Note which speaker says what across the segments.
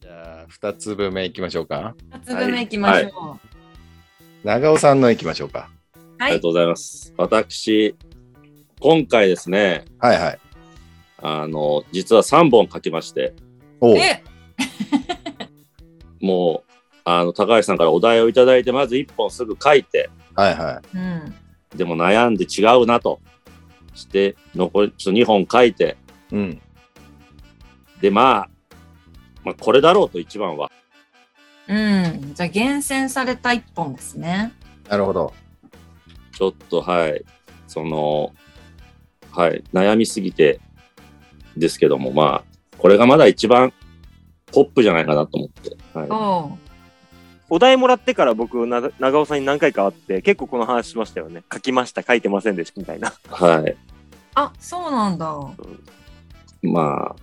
Speaker 1: じゃあ、二粒目いきましょうか。
Speaker 2: 二粒目いきましょう。
Speaker 1: 長尾さんのいきましょうか。
Speaker 2: は
Speaker 3: ありが
Speaker 2: い。
Speaker 3: とうございます。私、今回ですね、
Speaker 1: はいはい。
Speaker 3: あの、実は3本書きまして、
Speaker 1: おう
Speaker 2: え、
Speaker 3: もう、あの、高橋さんからお題をいただいて、まず1本すぐ書いて、
Speaker 1: はいは
Speaker 2: うん。
Speaker 3: でも悩んで違うなと、して、残り、ちょっと2本書いて、
Speaker 1: い。うん。
Speaker 3: で、まあ、まあ、これだろうと一番は。
Speaker 2: うん。じゃあ厳選された一本ですね。
Speaker 1: なるほど。
Speaker 3: ちょっと、はい、その、はい、悩みすぎてですけども、まあ、これがまだ一番ポップじゃないかなと思って。は。
Speaker 2: おう。
Speaker 4: お題もらってから僕な長尾さんに何回か会って結構この話しましたよね書きました書いてませんでしたみたいない
Speaker 3: はい。
Speaker 2: あ、そうなんだ。
Speaker 3: まあ、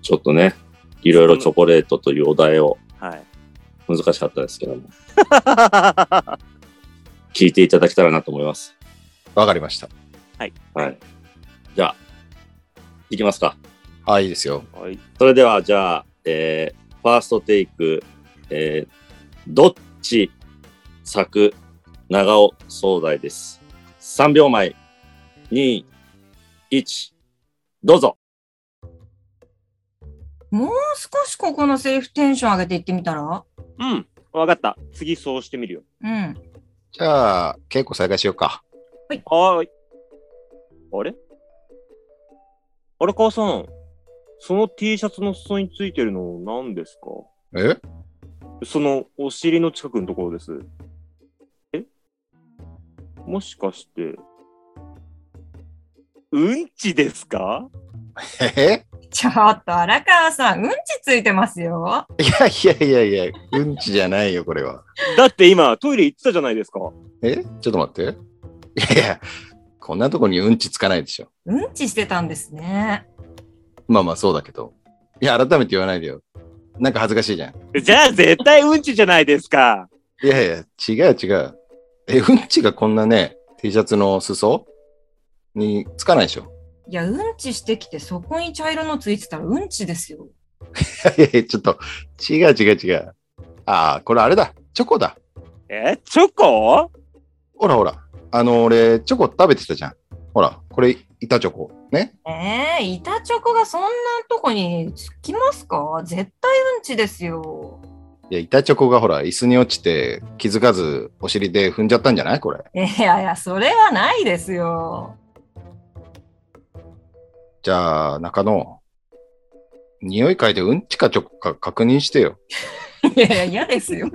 Speaker 3: ちょっとね、いろいろチョコレートというお題を
Speaker 4: はい
Speaker 3: 難しかったですけども、聞いていただけたらなと思います。
Speaker 1: わかりました。
Speaker 3: はい。じゃあ、いきますか。
Speaker 1: あ、いいですよ。
Speaker 4: はい
Speaker 3: それでは、じゃあ、えー、ファーストテイク、えー、どっち作長尾総大です。3秒前、2、1、どうぞ。
Speaker 2: もう少しここのセリフテンション上げていってみたら
Speaker 4: うん分かった次そうしてみるよ
Speaker 2: うん。
Speaker 1: じゃあ、稽古再開しようか。
Speaker 4: はーいあれ荒川さんその T シャツの裾についてるの何ですか
Speaker 1: え
Speaker 4: そのお尻の近くのところです。えもしかして、うんちですか
Speaker 1: え
Speaker 2: ちょっと荒川さん、うんちついてますよ。
Speaker 1: いやいやいやいや、うんちじゃないよ、これは。
Speaker 4: だって今トイレ行ってたじゃないですか。
Speaker 1: えちょっと待って。いやいや、こんなとこにうんちつかないでしょ。
Speaker 2: うんちしてたんですね。
Speaker 1: まあまあそうだけど。いや、改めて言わないでよ。なんか恥ずかしいじゃん。
Speaker 4: じゃあ絶対うんちじゃないですか。
Speaker 1: いやいや、違う違う。え、うんちがこんなね、T シャツの裾につかないでしょ。
Speaker 2: いや、うんちしてきて、そこに茶色のついてたらうんちですよ。
Speaker 1: いやいや、 ちょっと、違う違う違う。ああ、これあれだ。チョコだ。
Speaker 4: えチョコ
Speaker 1: ほらほら。あの、俺、チョコ食べてたじゃん。ほら、これ、板チョコ。ね。
Speaker 2: ええ板チョコがそんなとこにつきますか絶対うんちですよ。
Speaker 1: いや、板チョコがほら、椅子に落ちて、気づかず、お尻で踏んじゃったんじゃないこれ。
Speaker 2: いやいや、それはないですよ。
Speaker 1: じゃあ、中野。匂い嗅いでうんちかチョコか確認してよ。
Speaker 2: いやいや、嫌ですよ。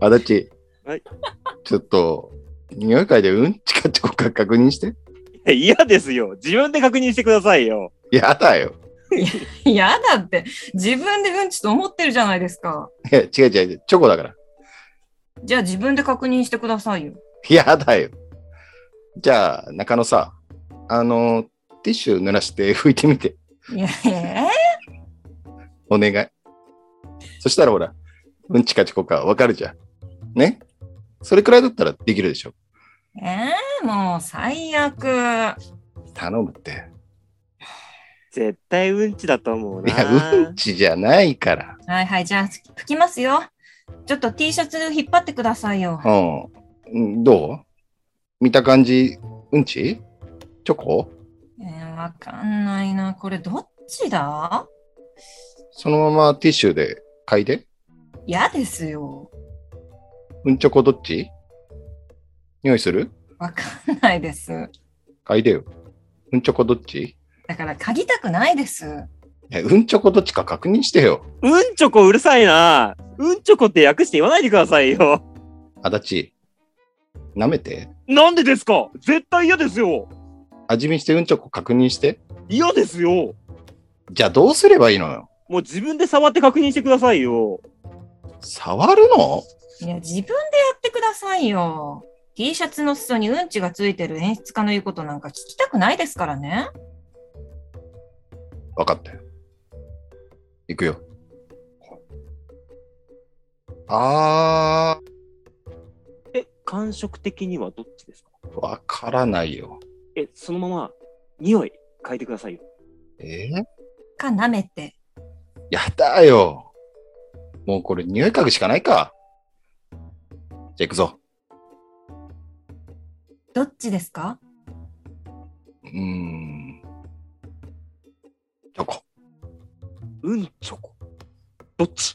Speaker 1: あだち。
Speaker 4: はい。
Speaker 1: ちょっと、匂い嗅いでうんちかチョコか確認して。
Speaker 4: いや嫌ですよ。自分で確認してくださいよ。
Speaker 1: やだよ。
Speaker 2: 嫌だって、自分でうんちと思ってるじゃないですか。
Speaker 1: いや、違う違う違う、チョコだから。
Speaker 2: じゃあ自分で確認してくださいよ。
Speaker 1: やだよ。じゃあ、中野さ、あの、ティッシュ濡らして拭いてみて。
Speaker 2: いや、え
Speaker 1: お願い。そしたらほら、うんちかチョコかわかるじゃん。ねそれくらいだったらできるでしょ。
Speaker 2: ー、えー、もう最悪。
Speaker 1: 頼むって。
Speaker 4: 絶対うんちだと思う
Speaker 1: い
Speaker 4: な。
Speaker 1: や、うんちじゃないから。
Speaker 2: はいはい、じゃあ拭きますよ。ちょっと T シャツ引っ張ってくださいよ。
Speaker 1: うんうん。どう見た感じ、うんちチョコ
Speaker 2: えー、わかんないな。これどっちだ
Speaker 1: そのままティッシュで嗅いで。
Speaker 2: 嫌ですよ。
Speaker 1: うんチョコどっち匂いする
Speaker 2: わかんないです。
Speaker 1: 嗅いでよ。うんチョコどっち
Speaker 2: だから嗅ぎたくないです。
Speaker 1: いやうんちょこどっちか確認してよ。
Speaker 4: うんちょこうるさいな。うんちょこって訳して言わないでくださいよ。
Speaker 1: 足立。舐めて。
Speaker 4: なんでですか絶対嫌ですよ。
Speaker 1: 味見してうんちょこ確認して。
Speaker 4: 嫌ですよ。
Speaker 1: じゃあどうすればいいのよ。
Speaker 4: もう自分で触って確認してくださいよ。
Speaker 1: 触るの
Speaker 2: いや、自分でやってくださいよ。T シャツの裾にうんちがついてる演出家の言うことなんか聞きたくないですからね。
Speaker 1: 分かったよ。行くよ。あ
Speaker 4: え、感触的にはどっちですか
Speaker 1: ー、わからないよ。
Speaker 4: え、そのまま、匂い、嗅いでくださいよ。
Speaker 1: え
Speaker 2: か舐めて。
Speaker 1: やだよ。もうこれ匂い嗅ぐしかないか。じゃあ行くぞ。
Speaker 2: どっちですか
Speaker 1: うーん。チョコ。
Speaker 4: うんちょこ。どっち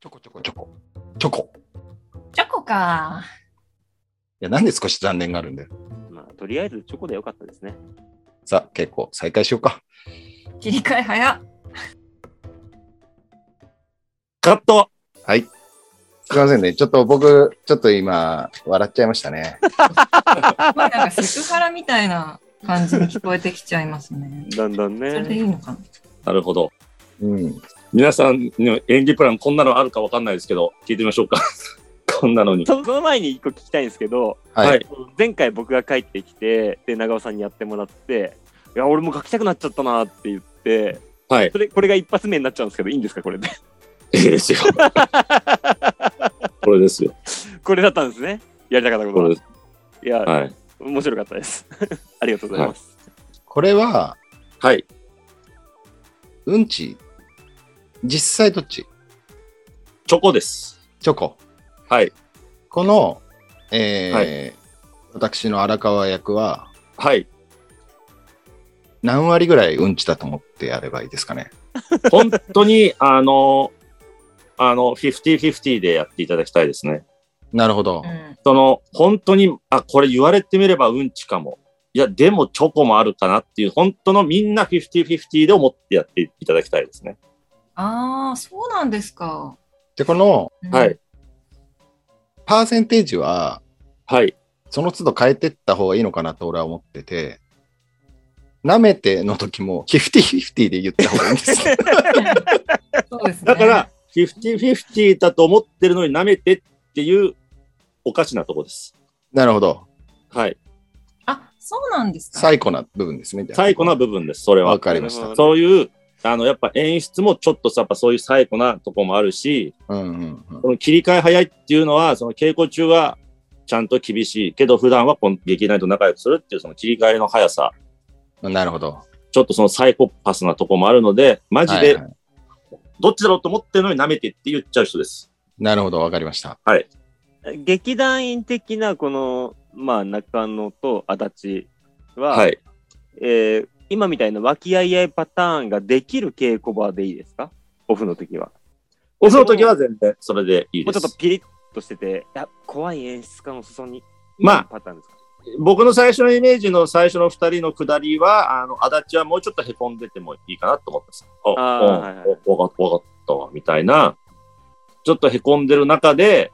Speaker 1: チョコチョコチョコ。チョコ。い
Speaker 2: チョコか。
Speaker 1: や、なんで少し残念があるんだよ。
Speaker 4: まあ、とりあえずチョコでよかったですね。
Speaker 1: さあ、結構再開しようか。
Speaker 2: 切り替え早っ。
Speaker 3: カット
Speaker 1: はい。すいませんね。ちょっと僕、ちょっと今、笑っちゃいました ね。
Speaker 2: まあなんかセクハラみたいな感 じに聞こえてきちゃいますね。
Speaker 4: だんだん
Speaker 2: それでい
Speaker 4: ね。
Speaker 2: いのかな
Speaker 3: なるほど。
Speaker 1: うん。
Speaker 3: 皆さんの演技プラン、こんなのあるかわかんないですけど、聞いてみましょうか。 こんなのに。
Speaker 4: そその前に一個聞きたいんですけど、
Speaker 1: はい。
Speaker 3: はい
Speaker 4: 前回僕が帰ってきて、で、長尾さんにやってもらって、いや、俺も書きたくなっちゃったなって言って、
Speaker 3: はい。
Speaker 4: それ、これが一発目になっちゃうんですけど、いいんですか、これで。
Speaker 3: いいですよ。 これですよ。
Speaker 4: これだったんですね。やりたかったこと
Speaker 3: これ
Speaker 4: は。い
Speaker 3: です。
Speaker 4: や、
Speaker 3: はい。
Speaker 4: 面白かったです。 ありがとうございます。
Speaker 1: これは、
Speaker 3: はい。
Speaker 1: うんち、実際どっち
Speaker 3: チョコです。
Speaker 1: チョコ。
Speaker 3: はい。
Speaker 1: この、えー私の荒川役は、
Speaker 3: はい。
Speaker 1: 何割ぐらいうんちだと思ってやればいいですかね。
Speaker 3: 本当に、あの、あの、50-50でやっていただきたいですね。
Speaker 1: なるほど。
Speaker 2: うん。
Speaker 3: その、本当に、あ、これ言われてみればうんちかも。いや、でもチョコもあるかなっていう、本当のみんな50-50で思ってやっていただきたいですね。
Speaker 2: ああ、そうなんですか。
Speaker 1: で、この、
Speaker 2: うん
Speaker 3: はい。。
Speaker 1: パーセンテージは、
Speaker 3: はい。
Speaker 1: その都度変えてった方がいいのかなと俺は思ってて、舐めての時も、50-50で言った方がいいんです よ。
Speaker 2: そうですね。
Speaker 3: だから、、50-50だと思ってるのに舐めてっていう、おかしなとこです。
Speaker 1: なるほど。
Speaker 3: はい。
Speaker 2: あ、そうなんですか。
Speaker 1: 最古な部分ですね。じゃあ
Speaker 3: 最古な部分です、それは
Speaker 1: わ。かりました。
Speaker 3: そういう、あの、やっぱ演出もちょっとさ、やっぱそういう最古なとこもあるし、
Speaker 1: うんうんうん
Speaker 3: この切り替え早いっていうのは、その稽古中はちゃんと厳しいけど、普段はこの劇団と仲良くするっていうその切り替えの速さ、
Speaker 1: うん。なるほど。
Speaker 3: ちょっとそのサイコパスなとこもあるので、マジ
Speaker 1: はい
Speaker 3: で
Speaker 1: はい
Speaker 3: どっちだろうと思ってるのに舐めてって言っちゃう人です。
Speaker 1: なるほど、わかりました。
Speaker 4: 劇団員的な、この、まあ、中野と足立は、
Speaker 3: はい。
Speaker 4: えー今みたいな和気あいあいパターンができる稽古場でいいですかオフの時は。
Speaker 3: オフの時は全然それでいい
Speaker 4: も
Speaker 3: で
Speaker 4: うちょっと
Speaker 3: す。
Speaker 4: ピリッとしてて、いや、怖い演出家の裾に、
Speaker 3: まあ
Speaker 4: パターンですか
Speaker 3: 僕の最初のイメージの最初の二人の下りは、あの、足立はもうちょっとへこんでてもいいかなと思ったんです。
Speaker 4: あ
Speaker 3: あ、う
Speaker 4: ー
Speaker 3: ん
Speaker 4: はいはい
Speaker 3: おわかった、わかったわ、みたいな、ちょっとへこんでる中で、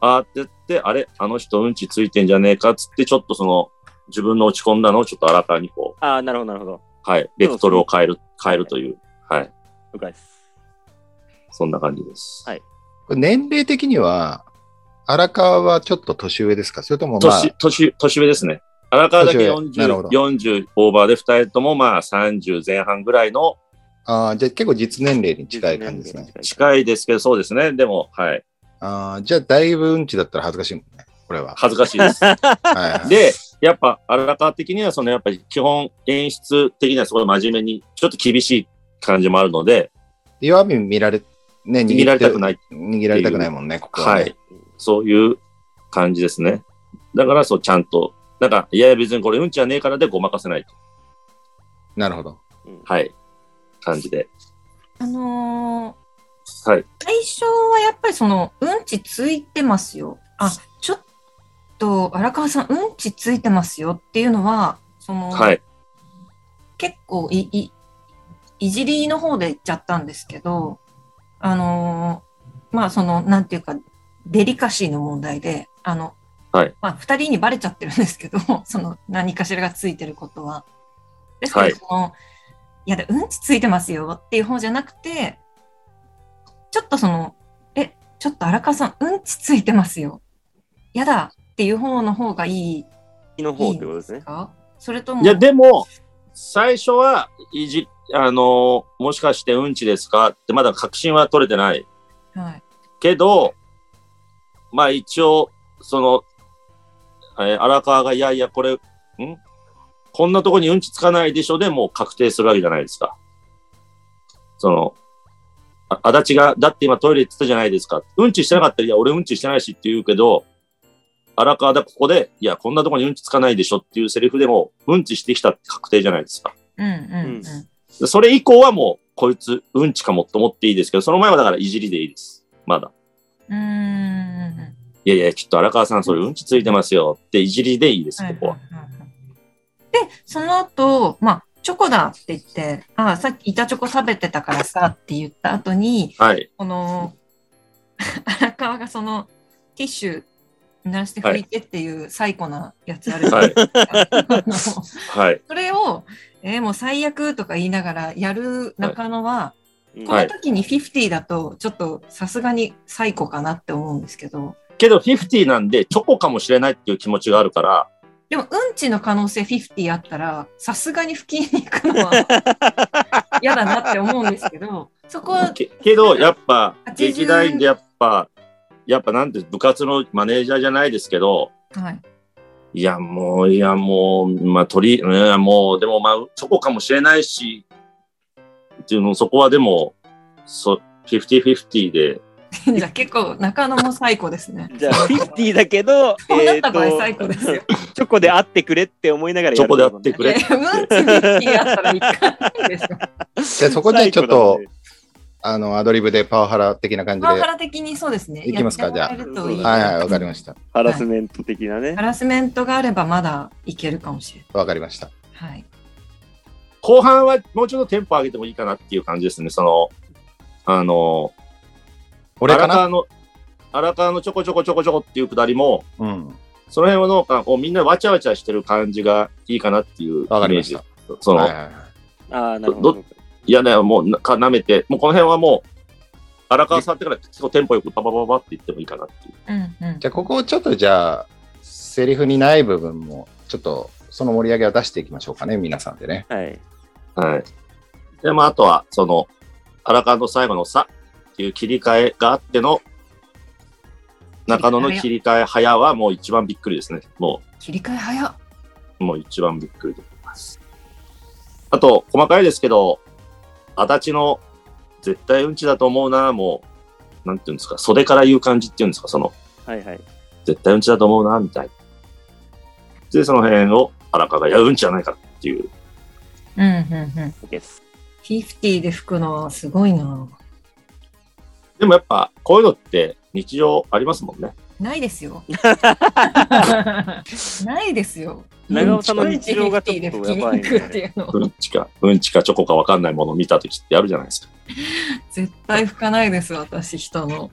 Speaker 3: あーってやって、あれ、あの人うんちついてんじゃねえかっつって、ちょっとその、自分の落ち込んだのをちょっと荒川にこ
Speaker 4: ああ、なるほど、なるほど。
Speaker 3: う、はい、ベクトルを変える、変えるという、はい、
Speaker 4: 了解です。
Speaker 3: そんな感じです。
Speaker 4: はい
Speaker 1: これ年齢的には、荒川はちょっと年上ですかそれとも、まあ、
Speaker 3: 年、年、年上ですね。荒川だけ
Speaker 1: 年上なるほど
Speaker 3: 40、40オーバーで、二人ともまあ30前半ぐらいの
Speaker 1: あーじゃあ結構実年齢に近い感じですね。
Speaker 3: 近いですけど、そうですね。でも、はい、
Speaker 1: あーじゃあだいぶうんちだったら恥ずかしいもんね、これは。
Speaker 3: 恥ずかしいです。
Speaker 1: はいはい、
Speaker 3: で、やっぱ荒川的には、そのやっぱり基本演出的にはすごい真面目に、ちょっと厳しい感じもあるので、
Speaker 1: 弱み見られ、ね、握って
Speaker 3: 握られたくない。
Speaker 1: 握られたくないもんね、ここは、
Speaker 3: は
Speaker 1: ね。
Speaker 3: い。そういう感じですね。だから、そう、ちゃんと、なんか、いやいや別にこれうんちはねえからでごまかせないと。
Speaker 1: なるほど。
Speaker 4: うん
Speaker 3: はい。感じで。
Speaker 2: あの
Speaker 3: はい。
Speaker 2: ー、最初はやっぱりその、うんちついてますよ。あ、ちょっと、荒川さん、うんちついてますよっていうのは、その、
Speaker 3: はい。
Speaker 2: 結構い、い、いじりの方で言っちゃったんですけど、あのーまあその、なんていうか、デリカシーの問題で、あの、
Speaker 3: はい
Speaker 2: まあ二人にバレちゃってるんですけど、 その何かしらがついてることは。ですけど、
Speaker 3: はい
Speaker 2: その、いや、でうんちついてますよっていう方じゃなくて、ちょっとその、え、ちょっと荒川さん、うんちついてますよ。やだっていう方の方がいい
Speaker 4: 木の方ってこと ですね。
Speaker 2: かそれとも、
Speaker 3: いや、でも、最初は、いじ、あのーもしかしてうんちですかって、まだ確信は取れてない。
Speaker 2: はい。
Speaker 3: けど、まあ一応、その、えー荒川が、いやいや、これ、んこんなとこにうんちつかないでしょでもう確定するわけじゃないですか。その、あ足立が、だって今トイレ行ってたじゃないですか。うんちしてなかったら、いや、俺うんちしてないしって言うけど、荒川だここで、いや、こんなとこにうんちつかないでしょっていうセリフでも、うんちしてきたって確定じゃないですか。
Speaker 2: うんうん
Speaker 3: でそれ以降はもう、こいつ、うんちかもと思っていいですけど、その前はだからいじりでいいです。まだ。
Speaker 2: うん。うーん。
Speaker 3: いやいや、きっと荒川さん、それうんちついてますよっていじりでいいです、ここは。
Speaker 2: はいはいはいはいで、その後、まあ、チョコだって言って、ああ、さっき板チョコ食べてたからさって言った後に、
Speaker 3: はい。
Speaker 2: この、荒川がそのティッシュ濡らして拭いてっていう最古なやつあるじゃないですか。あの
Speaker 3: はい。
Speaker 2: それを、えーもう最悪とか言いながらやる中野は、
Speaker 4: うん
Speaker 2: この時に50だと、ちょっとさすがに最古かなって思うんですけど、
Speaker 3: けど、50なんで、チョコかもしれないっていう気持ちがあるから、
Speaker 2: でも、うんちの可能性50あったら、さすがに拭きに行くの は嫌だなって思うんですけど、そこは、
Speaker 3: けけど、やっぱ、
Speaker 2: 80
Speaker 3: 劇団員でやっぱ、やっぱなんて、部活のマネージャーじゃないですけど、
Speaker 2: はい。
Speaker 3: いや、もう、いや、もう、まあ、鳥、うん、もう、でも、まあ、チョコかもしれないし、っていうの、そこはでも、そ、50-50で、
Speaker 2: じゃあ結構、中野も最古ですね。
Speaker 4: じゃあ、50だけ ど、
Speaker 2: こうなった場
Speaker 4: え
Speaker 2: 合
Speaker 4: ーと
Speaker 2: 最古ですよ。
Speaker 4: チョコで会ってくれって思いながら
Speaker 3: チョコであってく
Speaker 2: いやう
Speaker 3: れ
Speaker 2: んち。50あったら行かないでしょ。
Speaker 1: じゃあそこでちょっと、あの、アドリブでパワハラ的な感じ
Speaker 2: パワハ
Speaker 1: で。
Speaker 2: ラ的にそうですね。
Speaker 1: 行きますか
Speaker 2: やってもらえるといい
Speaker 4: じゃあ
Speaker 1: はいはい、わかりました。
Speaker 4: ハラスメント的なね
Speaker 2: ハ。ラスメントがあれば、まだいけるかもしれない。
Speaker 1: わかりました。
Speaker 2: はい。
Speaker 3: 後半はもうちょっとテンポ上げてもいいかなっていう感じですね。その、あの、
Speaker 1: 俺か
Speaker 3: 荒
Speaker 1: な
Speaker 3: 川の、荒川のちょこちょこちょこちょこっていうくだりも、
Speaker 1: うん。
Speaker 3: その辺はどうかなこうみんなわちゃわちゃしてる感じがいいかなっていうイメ
Speaker 1: わかり
Speaker 3: ー
Speaker 1: ま
Speaker 3: ジ
Speaker 1: し
Speaker 3: で
Speaker 1: た
Speaker 3: す。。その、
Speaker 1: はい
Speaker 3: い、
Speaker 1: はいはい
Speaker 4: ああ、なるほど。
Speaker 3: やね、もうなか舐めて、もうこの辺はもう、荒川さんってから結構テンポよくパパパパって言ってもいいかなっていう。
Speaker 2: うんうん
Speaker 1: じ。ゃあ、ここをちょっとじゃあ、セリフにない部分も、ちょっと、その盛り上げを出していきましょうかね、皆さんでね。
Speaker 4: はい。
Speaker 3: はい。で、まあ、あとは、その、荒川の最後のさっていう切り替えがあっての、中野の切り替え早はもう一番びっくりですね。もう、
Speaker 2: 切り替え早っ。
Speaker 3: もう一番びっくりと思います。あと、細かいですけど、足立の絶対うんちだと思うな、もう、なんていうんですか、袖から言う感じっていうんですか、その、
Speaker 4: はいはい。
Speaker 3: 絶対うんちだと思うな、みたいな。で、その辺を荒川が、いや、うんちじゃないからっていう。
Speaker 2: うんうんうん。
Speaker 4: OK です。
Speaker 2: 50で吹くのはすごいな。
Speaker 3: でもやっぱ、こういうのって日常ありますもんね。
Speaker 2: ないですよ。ないですよ。
Speaker 4: 長尾さんの日常がちょっと
Speaker 2: で
Speaker 4: や
Speaker 2: 吹きに
Speaker 4: ばい、
Speaker 2: 行くってい
Speaker 4: ね。
Speaker 2: うの。
Speaker 3: うんちか、うんちかチョコかわかんないものを見たときってあるじゃないですか。
Speaker 2: 絶対吹かないです、私、人の。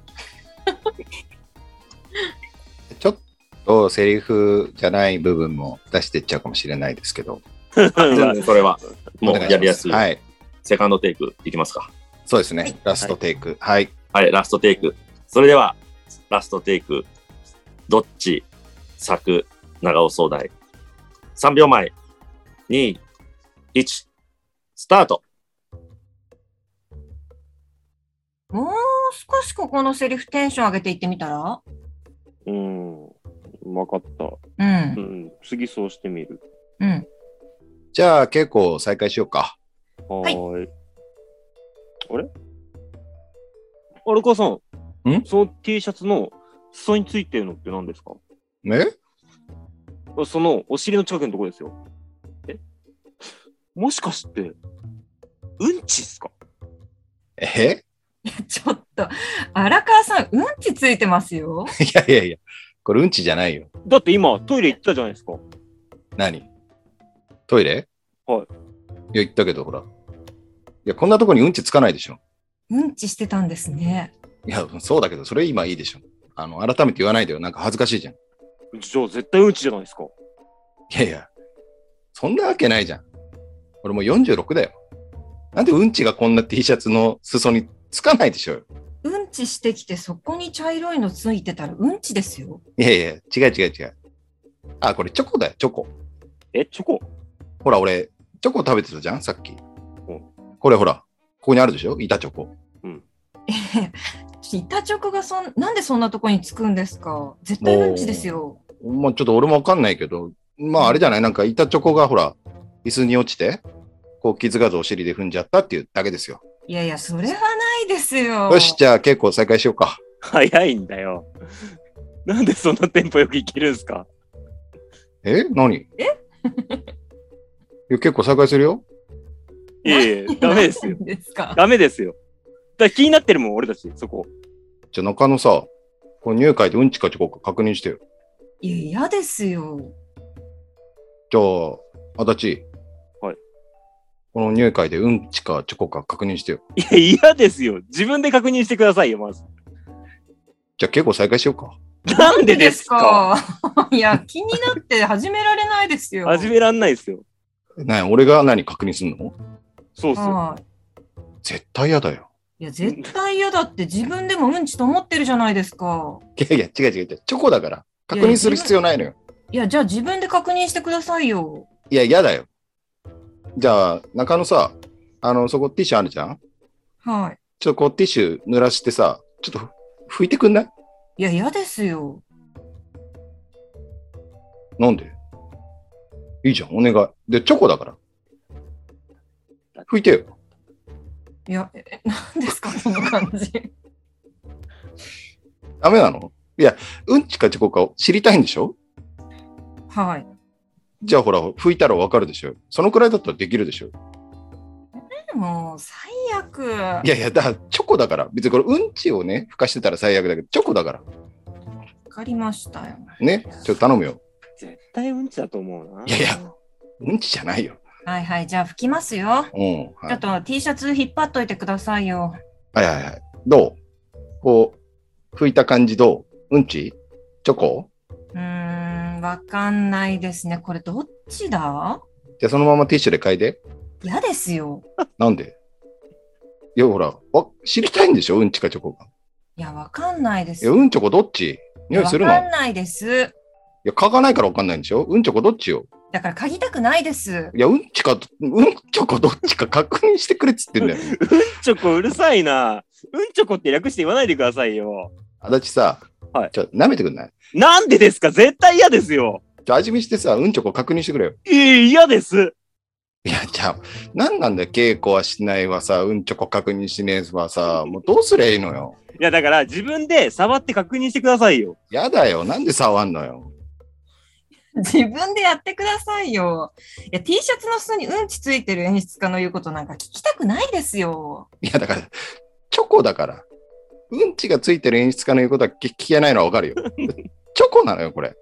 Speaker 1: ちょっと、セリフじゃない部分も出していっちゃうかもしれないですけど。
Speaker 3: 全然それは、もう
Speaker 1: お願します
Speaker 3: やりやすい。
Speaker 1: はい。
Speaker 3: セカンドテイクいきますか。
Speaker 1: そうですね。
Speaker 2: はい
Speaker 1: ラストテイク。はい。
Speaker 3: はい、ラストテイク。それでは、ラストテイク。どっち作長尾総大。3秒前。2、1、スタート。
Speaker 2: もう少しここのセリフテンション上げていってみたら
Speaker 4: うん。うまかった。
Speaker 2: う、
Speaker 4: うんん。次そうしてみる。
Speaker 2: うん。
Speaker 1: じゃあ、稽古を再開しようか。
Speaker 4: は
Speaker 2: はい
Speaker 4: ーい。あれあれかさん、
Speaker 1: ん
Speaker 4: その T シャツの裾についてるのって何ですか
Speaker 1: え
Speaker 4: そのお尻の近くのとこですよ。えもしかして、うんちっすか
Speaker 1: え
Speaker 2: ちょっと、荒川さん、うんちついてますよ。
Speaker 1: いやいやいや、これうんちじゃないよ。
Speaker 4: だって今トイレ行ったじゃないですか。
Speaker 1: 何トイレ
Speaker 4: は
Speaker 1: い
Speaker 4: い。
Speaker 1: や、言ったけど、ほら。いや、こんなとこにうんちつかないでしょ。
Speaker 2: うんちしてたんですね。
Speaker 1: いや、そうだけど、それ今いいでしょ。あの、改めて言わないでよ。なんか恥ずかしいじゃん。い
Speaker 4: じゃあ絶対うんちじゃないですか。
Speaker 1: やいや、そんなわけないじゃん。俺もう46だよ。なんでうんちがこんな T シャツの裾につかないでしょうよ。
Speaker 2: うんちしてきて、そこに茶色いのついてたら、うんちですよ。
Speaker 1: いやいや、違う違う違う。あ、これチョコだよ、チョコ。
Speaker 4: え、チョコ
Speaker 1: ほら、俺、チョコ食べてたじゃん、さっき
Speaker 4: ん。
Speaker 1: これほら、ここにあるでしょ板チョコ。
Speaker 2: 板チョコがそん、なんでそんなとこにつくんですか絶対うんちですよ。
Speaker 1: まあ、ちょっと俺もわかんないけど、まあ、あれじゃないなんか板チョコがほら、椅子に落ちて、こう気づかずお尻で踏んじゃったっていうだけですよ。
Speaker 2: いやいや、それはないですよ。
Speaker 1: よし、じゃあ結構再開しようか。
Speaker 4: 早いんだよ。なんでそんなテンポよくいけるんすか
Speaker 1: え何え結構再開するよ。
Speaker 4: いやいや、ダメですよ。
Speaker 2: 何ですか。
Speaker 4: ダメですよ。だから気になってるもん、俺たち、そこ。
Speaker 1: じゃあ中野さ、こう入会でうんちかちこか確認してよ。
Speaker 2: いや、嫌ですよ。
Speaker 1: じゃあ、足立。
Speaker 4: はい。
Speaker 1: この入会でうんちかチョコか確認してよ。
Speaker 4: いや、嫌ですよ。自分で確認してくださいよ、まず。
Speaker 1: じゃあ結構再開しようか。
Speaker 4: なんでですか
Speaker 2: なんでですか いや、気になって始められないですよ。
Speaker 4: 始めらんないですよ。
Speaker 1: なに俺が何確認すんの
Speaker 4: そうっすよ。
Speaker 2: はい
Speaker 1: 絶対嫌だよ。
Speaker 2: いや、絶対嫌だって自分でもうんちと思ってるじゃないですか。
Speaker 1: いやいや、違う違う違う。チョコだから。確認する必要ないのよ。
Speaker 2: いや、じゃあ自分で確認してくださいよ。
Speaker 1: いや、嫌だよ。じゃあ、中野さ、あの、そこティッシュあるじゃん
Speaker 2: は
Speaker 1: ちょっとこうティッシュ濡らしてさ、ちょっとふ拭いてくんない
Speaker 2: い。いや、嫌ですよ。
Speaker 1: なんでいいじゃん、お願い。で、チョコだから。拭いてよ。
Speaker 2: いや、え何ですか、 その感じ。
Speaker 1: ダメなのいや、うんちかチョコかを知りたいんでしょ
Speaker 2: はい。
Speaker 1: じゃあほら、拭いたらわかるでしょそのくらいだったらできるでしょ
Speaker 2: もう、最悪。
Speaker 1: いやいや、だからチョコだから。別にこれ、うんちをね、ふかしてたら最悪だけど、チョコだから。
Speaker 2: わかりましたよ。
Speaker 1: ね、ちょっと頼むよ。
Speaker 4: 絶対うんちだと思うな。
Speaker 1: いやいや。うんちじゃないよ。
Speaker 2: はいはい、じゃあ拭きますよ。
Speaker 1: うん。は
Speaker 2: ちょっ
Speaker 1: い、
Speaker 2: と T シャツ引っ張っといてくださいよ。
Speaker 1: はいはいはい。どうこう、拭いた感じどううんちチョコ
Speaker 2: うーん、わかんないですね。これどっちだ
Speaker 1: じゃあそのままティッシュで嗅いで。
Speaker 2: 嫌ですよ。
Speaker 1: なんでいや、ほら、わ知りたいんでしょうんちかチョコか。
Speaker 2: いや、わかんないです。
Speaker 1: いや、うんチョコどっち匂いするのい
Speaker 2: わかんないです。
Speaker 1: や、嗅がないからわかんないんでしょうんチョコどっちよ
Speaker 2: だから嗅ぎたくないです。
Speaker 1: いや、うんちか、うんチョコどっちか 確認してくれっつってんだよ。
Speaker 4: チョコうるさいな。うんちょこって略して言わないでくださいよ。
Speaker 1: 足立さ、
Speaker 4: はい
Speaker 1: ちょ、舐めてくんない
Speaker 4: なんでですか絶対嫌ですよ。
Speaker 1: じゃあ味見してさ、うんちょこ確認してくれよ。
Speaker 4: いや嫌です。
Speaker 1: いや、じゃあ、何なんだよ、稽古はしないわさ、うんちょこ確認しねえわさ、もうどうすりゃいいのよ。
Speaker 4: いや、だから自分で触って確認してくださいよ。
Speaker 1: やだよ、なんで触んのよ。
Speaker 2: 自分でやってくださいよ。いや、T シャツの裾にうんちついてる演出家の言うことなんか聞きたくないですよ。
Speaker 1: いや、だから、チョコだから。うんちがついてる演出家の言うことは聞聞けないのはわか るよ。チョコなのよ、これ。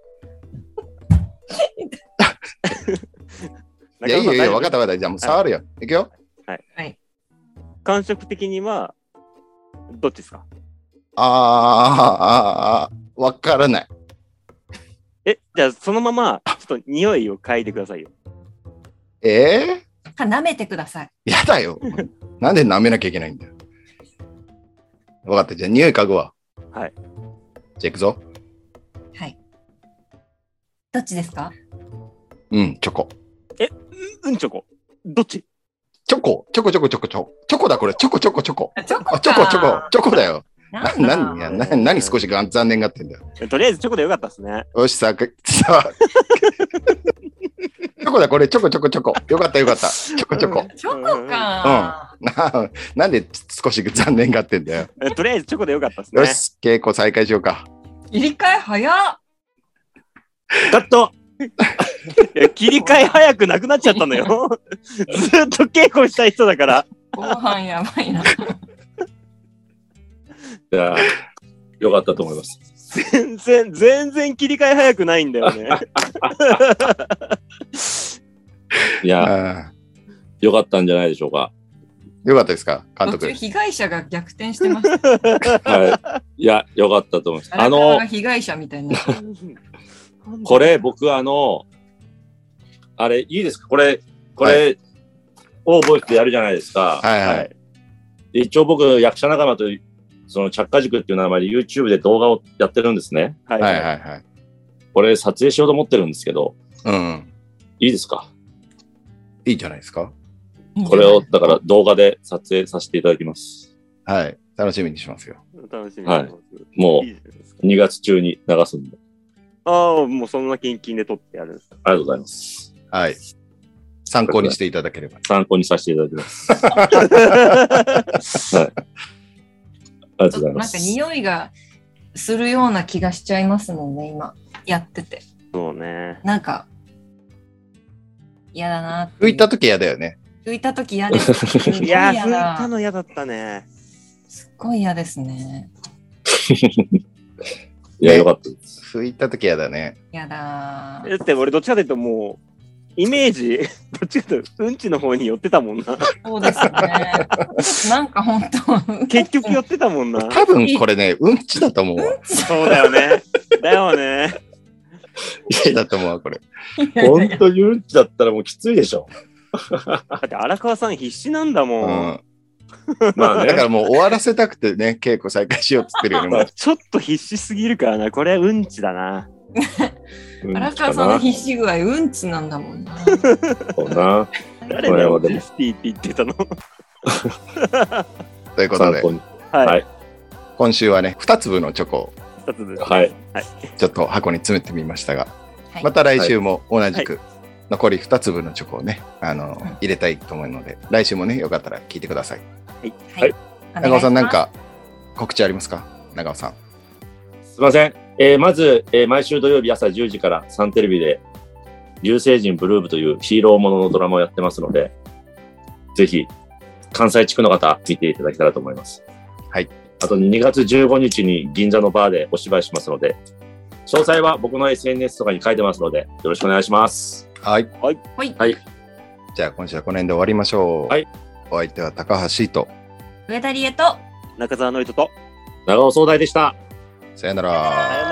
Speaker 1: いや、いいよ、いいよ、わかったわかった。じゃあもう触るよ。いくよ。
Speaker 4: 感触的には、どっちですか
Speaker 1: あー、あーあー、わからない。
Speaker 4: え、じゃあそのまま、ちょっと匂いを嗅いでくださいよ。
Speaker 1: え
Speaker 2: か舐めてください。
Speaker 1: ー、やだ よ。なんで舐めなきゃいけないんだよ。わかった。じゃあ、匂い嗅ぐわ。
Speaker 4: はい。
Speaker 1: じゃあ、行くぞ。
Speaker 2: はい。どっちですか
Speaker 1: うん、チョコ。
Speaker 4: ううんちょこ。どっち
Speaker 1: チョコ、チョコチョコチョコチョコ。チョコだこれ、チョコチョコチョコ。
Speaker 2: あチョコ
Speaker 1: あ、チョコチョコ、チョコだよ。な、
Speaker 2: なんだ
Speaker 1: な、いやな、何少しがん残念がってんだよ。
Speaker 4: とりあえずチョコでよかったですね。
Speaker 1: よし、さ、くさあ。チョコだこれ、チョコチョコチョコ。よかったよかった。チョコチ ョコ。
Speaker 2: チョコか。
Speaker 1: な、なんで少し残念がってんだよ。
Speaker 4: えとりあえずチョコでよかったですね
Speaker 1: よ。し、稽古再開しようか。
Speaker 2: 切り替え早っ。
Speaker 4: カットいや切り替え早くなくなっちゃったのよ。 ずっと稽古したい人だから。
Speaker 2: 後半やばいな。
Speaker 3: じゃあ、よかったと思います。
Speaker 4: 全然、全然切り替え早くないんだよね。
Speaker 3: いや、
Speaker 1: あ
Speaker 3: よかったんじゃないでしょうか。
Speaker 1: ーよかったですか、監
Speaker 2: 途
Speaker 1: 督
Speaker 2: 中。被害者が逆転してました。
Speaker 3: はい。いや、よかったと思います。あ
Speaker 2: あの
Speaker 3: の、
Speaker 2: 被害者みたいな。
Speaker 3: これ、僕、あの、あれ、いいですかこれ、これ、を覚えてやるじゃないですか。
Speaker 1: はいはい
Speaker 4: はい
Speaker 3: で一応僕、役者仲間と、その、着火塾っていう名前で YouTube で動画をやってるんですね。
Speaker 4: はい
Speaker 1: はいはいはい。
Speaker 3: これ、撮影しようと思ってるんですけど、
Speaker 1: うん。
Speaker 3: いいですか
Speaker 1: いいじゃないですか。
Speaker 3: これを、だから動画で撮影させていただきます。
Speaker 1: はい。楽しみにしますよ。
Speaker 4: 楽しみにしてます
Speaker 3: も
Speaker 4: いいじゃないですか
Speaker 3: う、2月中に流すんで。
Speaker 4: ああ、もうそんなキンキンで撮ってやるんですか。
Speaker 3: ありがとうございます。
Speaker 1: はい。参考にしていただければ。
Speaker 3: 参考にさせていただきます。はい。ありがとうございま
Speaker 2: なんか
Speaker 3: す。
Speaker 2: 匂いがするような気がしちゃいますもんね、今。やってて。
Speaker 4: そうね。
Speaker 2: なんか、嫌だなって
Speaker 1: 拭いた時嫌だよね。
Speaker 2: 拭いた時嫌です。すっごい
Speaker 4: いや
Speaker 2: 嫌
Speaker 4: ー、拭いた
Speaker 2: だ。
Speaker 4: の嫌だったね。
Speaker 2: すっごい嫌ですね。
Speaker 3: いや、よかったです。
Speaker 1: 拭いた時嫌だね。
Speaker 2: 嫌 だ
Speaker 4: だ。って俺どっちかというともう、イメージ、 どっちかというとうんちの方に寄ってたもんな。
Speaker 2: そうですね。なんか本当、
Speaker 4: 結局寄ってたもんな。
Speaker 1: 多分これね、うんちだと思うわ。
Speaker 4: そうだよね。だよね。
Speaker 1: うんちだと思うわ、これ。
Speaker 3: 本当にうんちだったらもうきついでしょ。
Speaker 4: だって荒川さん必死なんだ
Speaker 1: う
Speaker 4: もん。
Speaker 1: ん。
Speaker 3: まあ
Speaker 1: だ
Speaker 3: ね
Speaker 1: か。らもう終わらせたくてね、稽古再開しようっつってるよね。もう
Speaker 4: ちょっと必死すぎるからな。これうんちだな。
Speaker 3: うん
Speaker 2: 荒
Speaker 3: ち
Speaker 2: 川
Speaker 3: か
Speaker 2: さんの必死具合、うんちなんだも んな。
Speaker 3: そ うな。
Speaker 4: 誰だよ、
Speaker 3: これはでも
Speaker 4: ディスティって言ってたの。
Speaker 1: ということ
Speaker 3: 参
Speaker 1: で
Speaker 3: 考、に。
Speaker 4: はいい。
Speaker 1: 今週はね、2粒のチョコを
Speaker 4: 二つで
Speaker 3: はい。
Speaker 1: ちょっと箱に詰めてみましたが、
Speaker 2: はい
Speaker 1: また来週も同じく、残り2粒のチョコをね、あの、
Speaker 2: うん
Speaker 1: 入れたいと思うので、来週もね、よかったら聞いてください。
Speaker 3: はい
Speaker 1: 長尾さん、なん。か告知ありますか長尾さん。
Speaker 3: すいません。えーまず、えー毎週土曜日朝10時からサンテレビで、流星人ブルームというヒーローもののドラマをやってますので、ぜひ、関西地区の方、見ていただけたらと思います。
Speaker 1: はい。
Speaker 3: あと、2月15日に銀座のバーでお芝居しますので、詳細は僕の SNS とかに書いてますので、よろしくお願いします。
Speaker 1: はい。
Speaker 2: はい。
Speaker 3: はい
Speaker 1: じゃあ今週はこの辺で終わりましょう。
Speaker 3: はい。
Speaker 1: お相手は高橋と、
Speaker 2: 上田理恵と。
Speaker 4: 中澤のりとと。
Speaker 3: 長尾総大でした。
Speaker 1: さよなら。